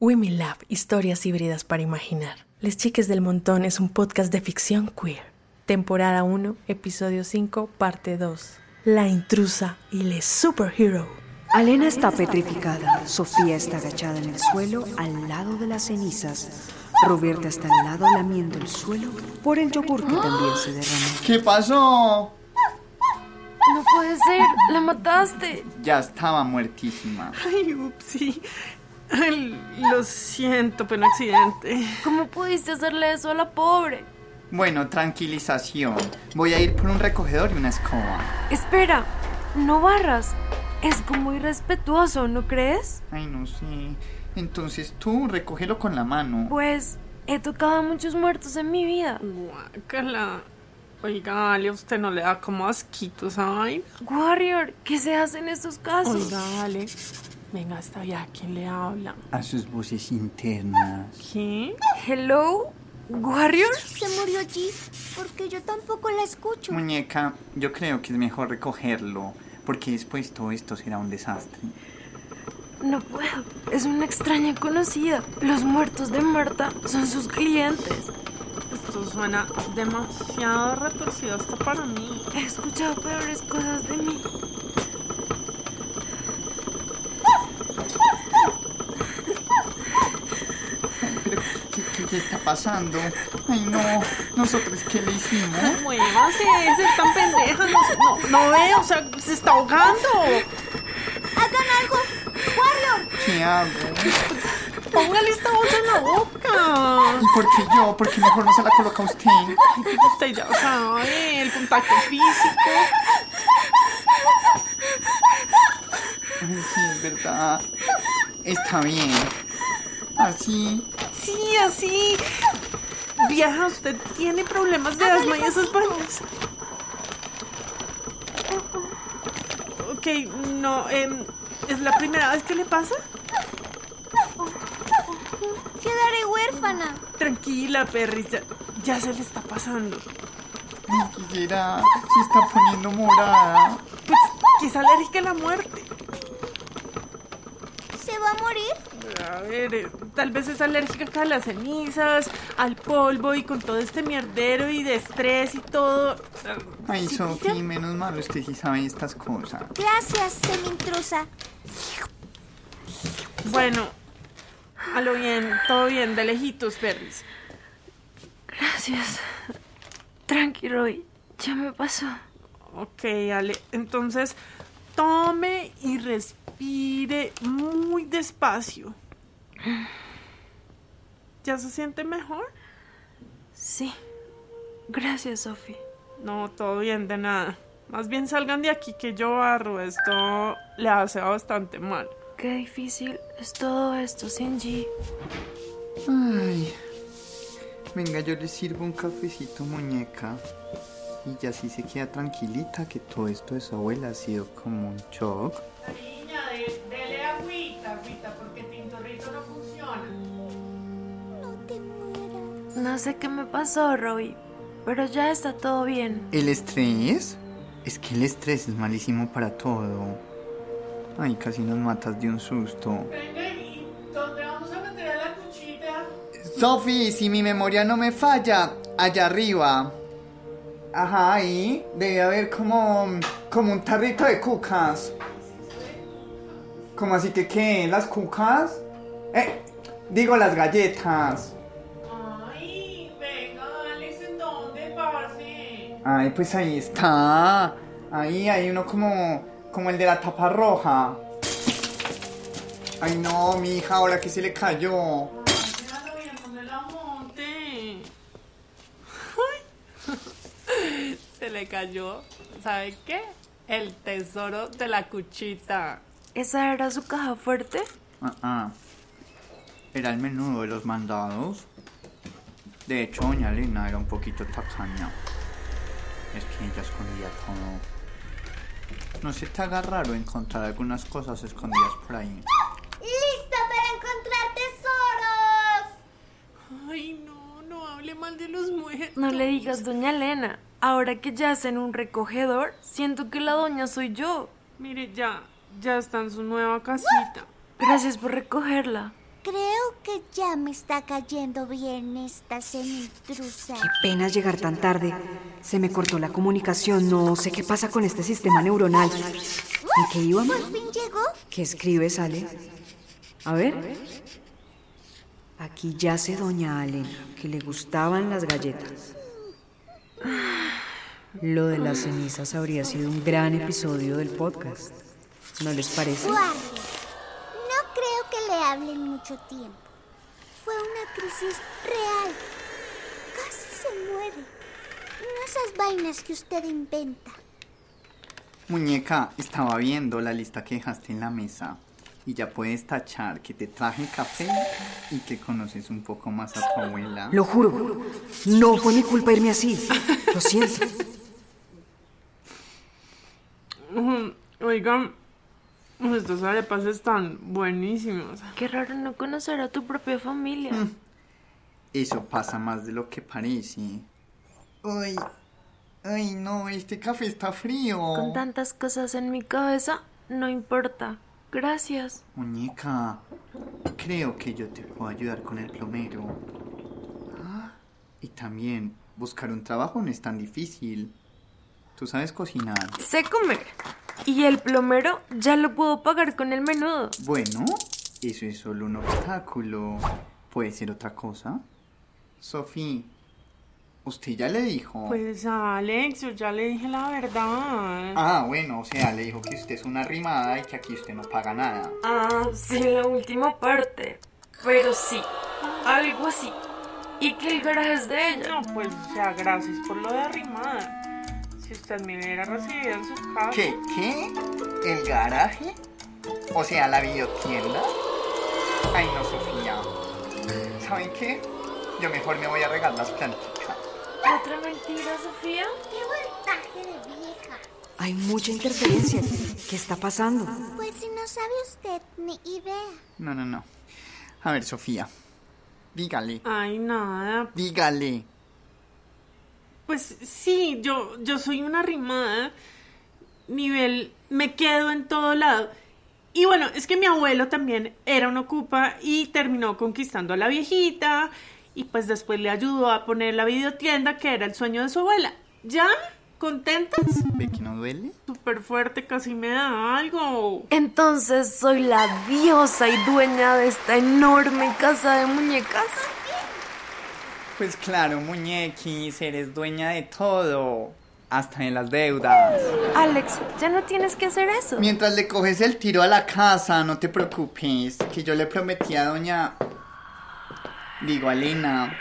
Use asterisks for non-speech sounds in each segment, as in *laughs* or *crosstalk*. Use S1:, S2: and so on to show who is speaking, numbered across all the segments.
S1: Women Lab, historias híbridas para imaginar. Les Chiques del Montón es un podcast de ficción queer. Temporada 1, episodio 5, parte 2. La intrusa y le superhero.
S2: Alena está petrificada. Sofía está agachada en el suelo al lado de las cenizas. Roberta está al lado lamiendo el suelo por el yogur que también se derramó.
S3: ¿Qué pasó?
S4: No puede ser, la mataste.
S3: Ya estaba muertísima.
S5: Ay, upsí. Ay, Lo siento, fue un accidente.
S4: ¿Cómo pudiste hacerle eso a la pobre?
S3: Bueno, tranquilización. Voy a ir por un recogedor y una escoba.
S4: Espera, no barras. Es como irrespetuoso, ¿no crees?
S3: Ay, no sé. Entonces tú recógelo con la mano.
S4: Pues he tocado a muchos muertos en mi vida.
S5: Guácala. Oiga, Ale, ¿a usted no le da como asquito esa vaina?
S4: Warrior, ¿qué se hace en estos casos?
S5: Oiga, Ale. Venga, hasta allá, ¿quién le habla?
S3: A sus voces internas.
S5: ¿Qué?
S4: Hello, Warrior.
S6: Se murió allí porque yo tampoco la escucho.
S3: Muñeca, yo creo que es mejor recogerlo, porque después todo esto será un desastre.
S4: No puedo. Es una extraña conocida. Los muertos de Marta son sus clientes.
S5: Esto suena demasiado retorcido hasta para mí.
S4: He escuchado peores cosas de mí.
S3: Pero, ¿qué, qué, qué está pasando? Ay, no. ¿Nosotros qué le hicimos?
S5: Muévase, se están pendejas. No, no, no veo, o sea, se está ahogando.
S6: ¡Hagan algo! ¡Warrior!
S3: ¿Qué hago?
S5: Póngale esta bolsa en la boca.
S3: ¿Y por qué yo? ¿Por qué mejor no se la coloca usted?
S5: Ay, pero usted ya sabe, el contacto físico.
S3: Ay, sí, es verdad. Está bien. Así.
S5: Sí, así. Vieja, usted tiene problemas de asma y esas vainas. Ok, no, em, ¿es la primera vez que le pasa?
S6: Quedaré huérfana.
S5: Tranquila, perrita. Ya se le está pasando.
S3: Ni siquiera se está poniendo morada.
S5: Pues quizá alérgica a la muerte.
S6: ¿Se va a morir?
S5: A ver, eh, tal vez es alérgica a las cenizas, al polvo y con todo este mierdero y de estrés y todo.
S3: Ay, Sofi, menos mal usted sí sabe estas cosas.
S6: Gracias, semintrusa.
S5: Bueno, a lo bien, todo bien, de lejitos, perris.
S4: Gracias. Tranqui, Roy. Ya me pasó.
S5: Ok, Ale. Entonces, tome y respire muy despacio. ¿Ya se siente mejor?
S4: Sí. Gracias, Sophie.
S5: No, todo bien, de nada. Más bien salgan de aquí que yo barro. Esto le hace bastante mal.
S4: Qué difícil es todo esto sin G.
S3: Ay. Venga, yo le sirvo un cafecito, muñeca. Y ya sí se queda tranquilita que todo esto de su abuela ha sido como un shock.
S7: Niña, de- dele agüita, agüita, porque tintorito no funciona.
S6: No te mueras.
S4: No sé qué me pasó, Roy, pero ya está todo bien.
S3: ¿El estrés? Es que el estrés es malísimo para todo. Ay, casi nos matas de un susto.
S7: Venga, ¿y dónde vamos a meter a la cuchita?
S3: Sofi, si mi memoria no me falla, allá arriba. Ajá, ahí debe haber como, como un tarrito de cucas. ¿Cómo así que qué? ¿Las cucas? Eh, digo las galletas.
S7: Ay, venga, Alex, ¿en dónde, parce?
S3: Ay, pues ahí está. Ahí hay uno como, como el de la tapa roja. Ay, no, mi hija, ahora que se le cayó.
S7: Déjalo bien, ponle la monte.
S5: Sí. Ay. *laughs* Se le cayó, ¿sabe qué? El tesoro de la cuchita.
S4: ¿Esa era su caja fuerte?
S3: Ah, ah. Era el menudo de los mandados. De hecho, doña Elena era un poquito tacaña. Es que ella escondía todo. No se te haga raro encontrar algunas cosas escondidas por ahí.
S6: ¡Lista para encontrar tesoros!
S5: Ay, no, no hable mal de los muertos.
S4: No le digas, doña Elena. Ahora que ya en un recogedor, siento que la doña soy yo.
S5: Mire, ya, ya está en su nueva casita.
S4: Gracias por recogerla.
S6: Creo que ya me está cayendo bien esta semintrusa.
S2: Qué pena llegar tan tarde. Se me cortó la comunicación. No sé qué pasa con este sistema neuronal. ¿En qué íbamos?
S6: ¿Por fin llegó?
S2: ¿Qué escribe, Ale? A ver. Aquí yace doña Allen, que le gustaban las galletas. Lo de las cenizas habría sido un gran episodio del podcast. ¿No les parece?
S6: Guarde. No creo que le hablen mucho tiempo. Fue una crisis real. Casi se muere. No esas vainas que usted inventa.
S3: Muñeca, estaba viendo la lista que dejaste en la mesa y ya puedes tachar que te traje café y que conoces un poco más a tu abuela.
S2: Lo juro. No fue mi culpa irme así. Lo siento.
S5: Ujú, Oigan, pues estos arepas están buenísimos.
S4: Qué raro no conocer a tu propia familia.
S3: Eso pasa más de lo que parece. Ay, ay, no, este café está frío.
S4: Con tantas cosas en mi cabeza, no importa. Gracias.
S3: Muñeca, creo que yo te puedo ayudar con el plomero. Ah, Y también, buscar un trabajo no es tan difícil. Tú sabes cocinar.
S4: Sé comer. Y el plomero ya lo puedo pagar con el menudo.
S3: Bueno, eso es solo un obstáculo. Puede ser otra cosa. Sophie, usted ya le dijo.
S5: Pues Alex, yo ya le dije la verdad.
S3: Ah, bueno, o sea, le dijo que usted es una rimada y que aquí usted no paga nada.
S4: Ah, sí, la última parte. Pero sí, algo así. Y que el garaje es de ella.
S5: No, pues ya, gracias por lo de arrimada. Si usted me hubiera recibido en su casa.
S3: ¿Qué? ¿Qué? ¿El garaje? O sea, la videotienda. Ay, no, Sofía. ¿Saben qué? Yo mejor me voy a regar las plantitas.
S4: ¿Otra mentira, Sofía?
S6: ¡Qué voltaje de vieja!
S2: Hay mucha interferencia. ¿Qué está pasando?
S6: Pues si no sabe usted ni idea.
S3: No, no, no. A ver, Sofía. Dígale.
S5: Ay, nada.
S3: Dígale.
S5: Pues sí, yo, yo soy una arrimada. Nivel, me quedo en todo lado. Y bueno, es que mi abuelo también era un ocupa y terminó conquistando a la viejita. Y pues después le ayudó a poner la videotienda que era el sueño de su abuela. ¿Ya? ¿Contentas?
S3: ¿Ve que no duele?
S5: Súper fuerte, casi me da algo.
S4: Entonces soy la diosa y dueña de esta enorme casa de muñecas.
S3: Pues claro, muñequis, eres dueña de todo. Hasta de las deudas.
S4: Alex, ya no tienes que hacer eso.
S3: Mientras le coges el tiro a la casa, no te preocupes, que yo le prometí a doña... Digo, a Elena,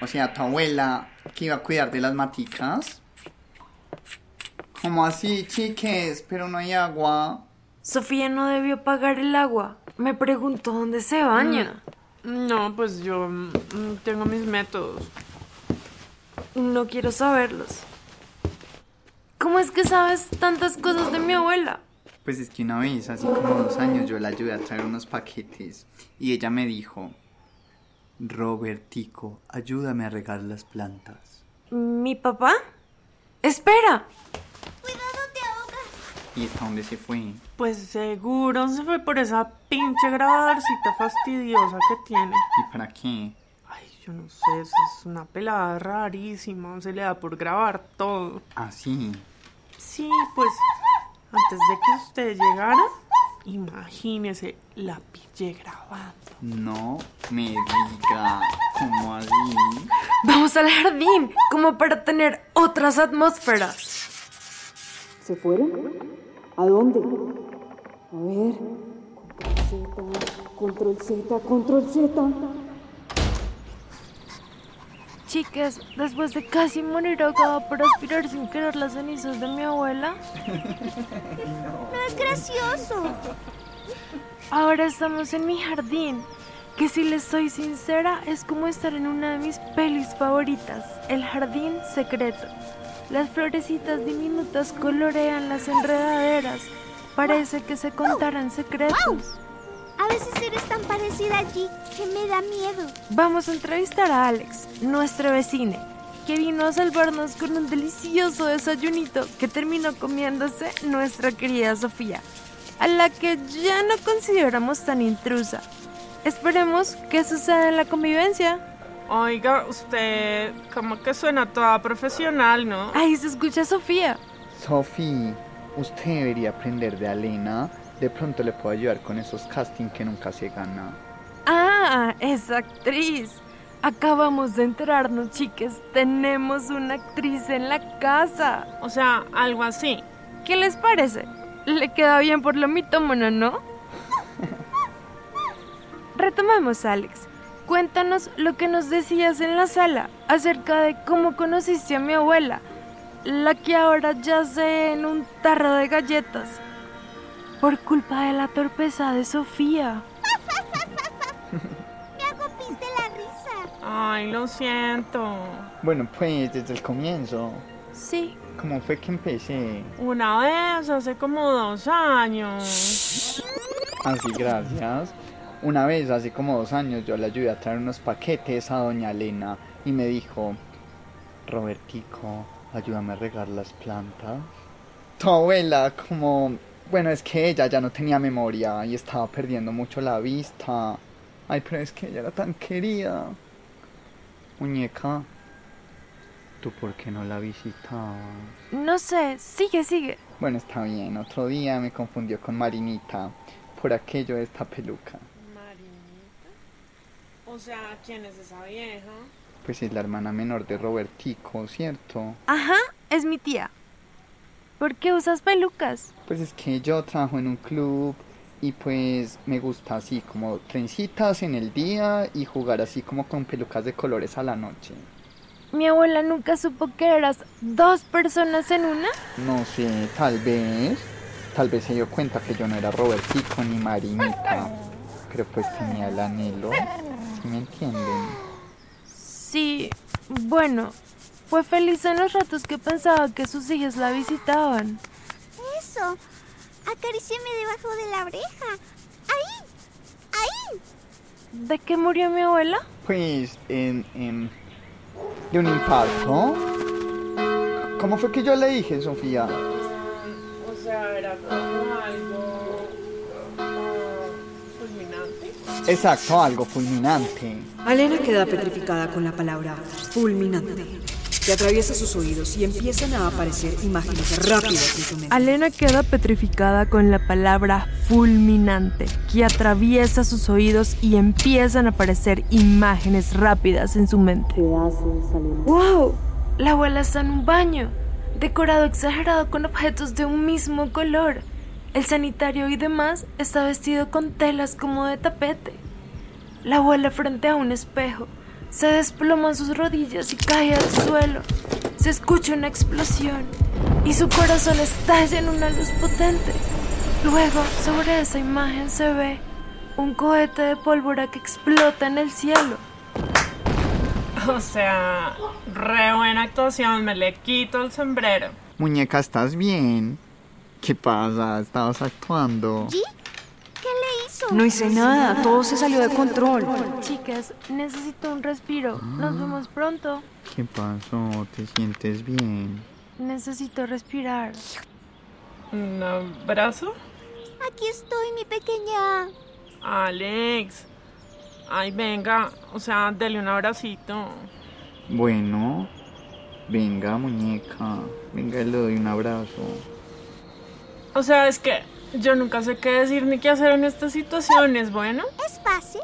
S3: o sea, a tu abuela, que iba a cuidar de las maticas. Como así, chiques, pero no hay agua.
S4: Sofía no debió pagar el agua. Me pregunto dónde se baña.
S5: No, pues yo mm, tengo mis métodos.
S4: No quiero saberlos. ¿Cómo es que sabes tantas cosas de mi abuela?
S3: Pues es que una vez, hace como dos años, yo la ayudé a traer unos paquetes y ella me dijo, Robertico, ayúdame a regar las plantas.
S4: ¿Mi papá? Espera,
S6: ¡Cuidado, te ahogas!
S3: ¿Y hasta dónde se fue?
S5: Pues seguro se fue por esa pinche grabadorcita fastidiosa que tiene.
S3: ¿Y para qué?
S5: Ay, yo no sé, eso es una pelada rarísima, se le da por grabar todo.
S3: Así.
S5: Sí, pues antes de que usted llegara, imagínese, la pillé grabando.
S3: No me diga como así.
S4: vamos al jardín, como para tener otras atmósferas.
S2: ¿Se fueron? ¿A dónde? A ver. Control Z, control Z, control Z.
S4: Chicas, después de casi morir ahogada por aspirar sin querer las cenizas de mi abuela,
S6: ¡No es gracioso!
S4: ahora estamos en mi jardín, que si les soy sincera es como estar en una de mis pelis favoritas, El Jardín Secreto. Las florecitas diminutas colorean las enredaderas, parece que se contaran secretos.
S6: A veces eres tan parecida allí que me da miedo.
S4: Vamos a entrevistar a Alex, nuestro vecino, que vino a salvarnos con un delicioso desayunito que terminó comiéndose nuestra querida Sofía, a la que ya no consideramos tan intrusa. Esperemos que suceda en la convivencia.
S5: Oiga, usted como que suena toda profesional, ¿no?
S4: Ahí se escucha a Sofía.
S3: Sofi, usted debería aprender de Alena. De pronto le puedo ayudar con esos castings que nunca se gana.
S4: Ah, esa actriz. Acabamos de enterarnos, chicas. Tenemos una actriz en la casa.
S5: O sea, algo así.
S4: ¿Qué les parece? Le queda bien por lo mitómano, ¿no? Retomemos, Alex. Cuéntanos lo que nos decías en la sala acerca de cómo conociste a mi abuela, la que ahora yace en un tarro de galletas. Por culpa de la torpeza de Sofía.
S6: Me hago pis de la risa.
S5: Ay, lo siento.
S3: Bueno, pues desde el comienzo,
S4: Sí,
S3: ¿cómo fue que empecé?
S5: Una vez, hace como dos años.
S3: Así, gracias. Una vez, hace como dos años, yo le ayudé a traer unos paquetes a doña Elena y me dijo, Robertico, ayúdame a regar las plantas. Tu abuela, como, bueno, es que ella ya no tenía memoria y estaba perdiendo mucho la vista. Ay, pero es que ella era tan querida. Muñeca, ¿tú por qué no la visitabas?
S4: no sé, sigue, sigue.
S3: Bueno, está bien, otro día me confundió con Marinita por aquello de esta peluca.
S5: Marinita. O sea, ¿quién es esa vieja?
S3: Pues es la hermana menor de Robertico, ¿cierto?
S4: Ajá, es mi tía. ¿Por qué usas pelucas?
S3: Pues es que yo trabajo en un club y pues me gusta así como trencitas en el día y jugar así como con pelucas de colores a la noche.
S4: Mi abuela nunca supo que eras dos personas en una.
S3: No sé, tal vez, tal vez se dio cuenta que yo no era Robertico ni Marinita, pero pues tenía el anhelo, ¿sí me entienden?
S4: Sí, bueno, fue feliz en los ratos que pensaba que sus hijas la visitaban.
S6: Eso. Acaríciame debajo de la oreja. Ahí. Ahí.
S4: ¿De qué murió mi abuela?
S3: Pues, en, en- de un infarto. ¿Cómo fue que yo le dije, Sofía?
S5: O sea, era como algo. ah, fulminante.
S3: Exacto, algo fulminante.
S2: Alena queda petrificada con la palabra fulminante, que atraviesa sus oídos y empiezan a aparecer imágenes rápidas en su mente.
S4: Alena queda petrificada con la palabra fulminante, que atraviesa sus oídos y empiezan a aparecer imágenes rápidas en su mente. ¡Wow! La abuela está en un baño, decorado exagerado con objetos de un mismo color. El sanitario y demás está vestido con telas como de tapete. La abuela frente a un espejo. Se desploman sus rodillas y cae al suelo. Se escucha una explosión y su corazón estalla en una luz potente. Luego, sobre esa imagen se ve un cohete de pólvora que explota en el cielo.
S5: O sea, re buena actuación, me le quito el sombrero.
S3: Muñeca, ¿estás bien? ¿Qué pasa? ¿Estabas actuando?
S6: ¿Y? ¿Qué le hizo?
S2: No hice nada, todo se salió de control.
S4: Chicas, necesito un respiro. Nos vemos pronto.
S3: ¿Qué pasó? ¿Te sientes bien?
S4: Necesito respirar.
S5: ¿Un abrazo?
S6: Aquí estoy, mi pequeña.
S5: Alex. Ay, venga. O sea, dele un abracito.
S3: Bueno, venga, muñeca. Venga, le doy un abrazo.
S5: O sea, es que yo nunca sé qué decir ni qué hacer en estas situaciones, ¿bueno?
S6: Es fácil.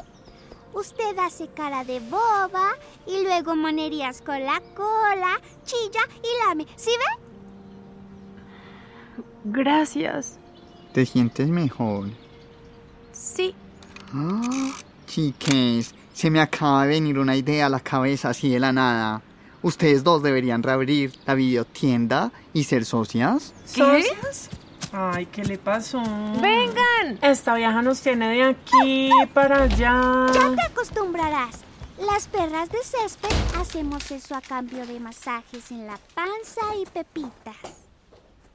S6: Usted hace cara de boba y luego monerías con la cola, chilla y lame. ¿Sí ve?
S4: Gracias.
S3: ¿Te sientes mejor?
S4: Sí,
S3: Ah, Chiques, se me acaba de venir una idea a la cabeza así de la nada. Ustedes dos deberían reabrir la videotienda y ser socias.
S4: ¿Qué?
S5: ¿Socias? Ay, ¿qué le pasó?
S4: ¡Vengan!
S5: Esta vieja nos tiene de aquí para allá.
S6: Ya te acostumbrarás. Las perras de césped hacemos eso a cambio de masajes en la panza y pepitas.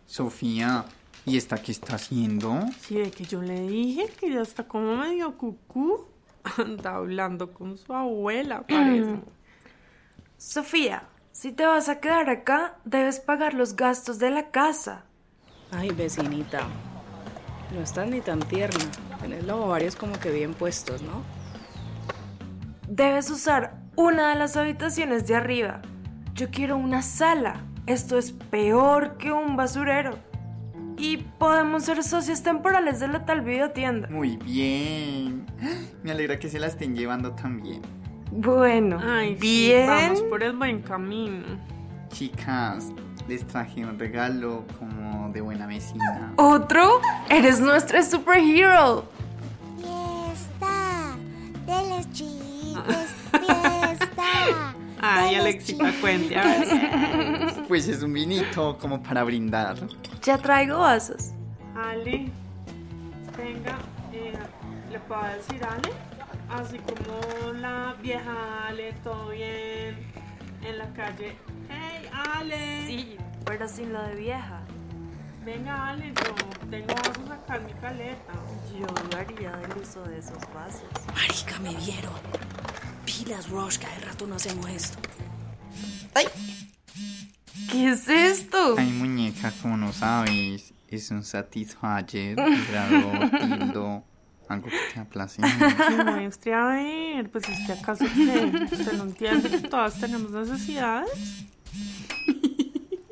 S3: Sofía, ¿y esta qué está haciendo?
S5: Sí, de que yo le dije que ya está como medio cucú. *laughs* Anda hablando con su abuela, parece.
S4: Sofía, si te vas a quedar acá, debes pagar los gastos de la casa.
S8: Ay, vecinita. No estás ni tan tierna. Tenés los ovarios como que bien puestos, ¿no?
S4: Debes usar una de las habitaciones de arriba. Yo quiero una sala. Esto es peor que un basurero. Y podemos ser socios temporales de la tal videotienda.
S3: Muy bien. *gasps* Me alegra que se la estén llevando también.
S4: Bueno,
S5: Ay, sí,
S4: bien.
S5: vamos por el buen camino.
S3: Chicas, les traje un regalo como de buena
S4: *laughs*
S3: vecina.
S4: ¿Otro? Eres nuestra superhero.
S6: Fiesta de los chistes. Fiesta.
S5: Ay,
S6: de los
S5: Alexita,
S6: chistes.
S5: cuente. a *laughs* ver.
S3: Pues es un vinito como para brindar.
S4: Ya traigo vasos.
S5: Ale, venga, eh, le puedo decir Ale, así como la vieja Ale, todo bien, en la calle. Hey, Ale.
S4: Sí, pero sin lo de vieja.
S5: Venga, Ale, yo tengo vasos acá en mi caleta.
S4: Yo haría del uso de esos vasos.
S8: Marica, me vieron. Pilas, Rosh, cada rato no hacemos esto. ¡Ay!
S4: ¿Qué es esto?
S3: Ay, muñeca, como no sabes, es un satisfyer, grado, tildo, algo que te aplace.
S5: Maestra, a ver, pues es que acaso que se no entiende que todas tenemos necesidades.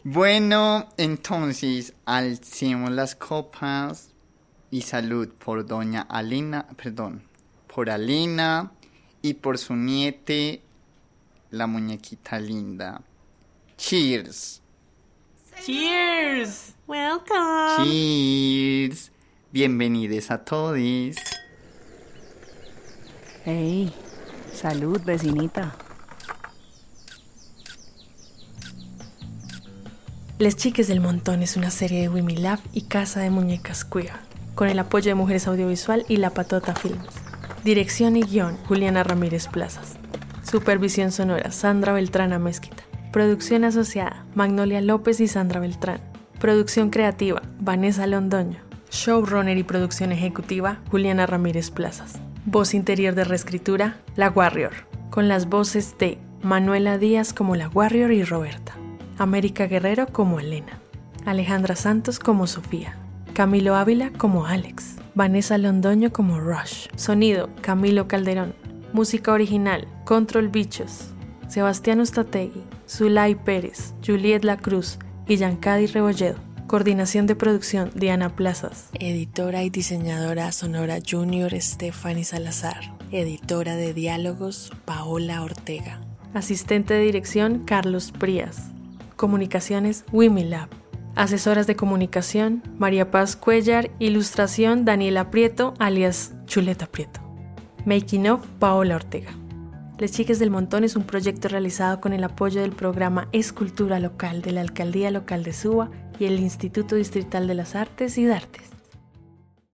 S3: Bueno, entonces, alcemos las copas y salud por doña Alina, perdón, por Alina y por su niete, la muñequita linda. Cheers.
S5: Cheers. Welcome.
S3: Cheers. Bienvenidos a todos.
S2: ¡Ey! Salud, vecinita.
S1: Les Chiques del Montón es una serie de Wimmy Lab y Casa de Muñecas Queer, con el apoyo de Mujeres Audiovisual y La Patota Films. Dirección y guión, Juliana Ramírez Plazas. Supervisión sonora, Sandra Beltrán Mezquita. Producción asociada, Magnolia López y Sandra Beltrán. Producción creativa, Vanessa Londoño. Showrunner y producción ejecutiva, Juliana Ramírez Plazas. Voz interior de reescritura, La Warrior, con las voces de Manuela Díaz como La Warrior y Roberta. América Guerrero como Elena, Alejandra Santos como Sofía, Camilo Ávila como Alex, Vanessa Londoño como Rush, sonido Camilo Calderón, música original Control Bichos, Sebastián Ustategui, Zulay Pérez, Juliet La Cruz y Yancadi Rebolledo. Coordinación de producción Diana Plazas. Editora y diseñadora sonora junior Stephanie Salazar. Editora de diálogos Paola Ortega. Asistente de dirección Carlos Prías. Comunicaciones Wimilab. Asesoras de comunicación María Paz Cuellar. Ilustración Daniela Prieto alias Chuleta Prieto. Making of Paola Ortega. Les Chiques del Montón es un proyecto realizado con el apoyo del programa Escultura Local de la Alcaldía Local de Suba y el Instituto Distrital de las Artes y de Artes.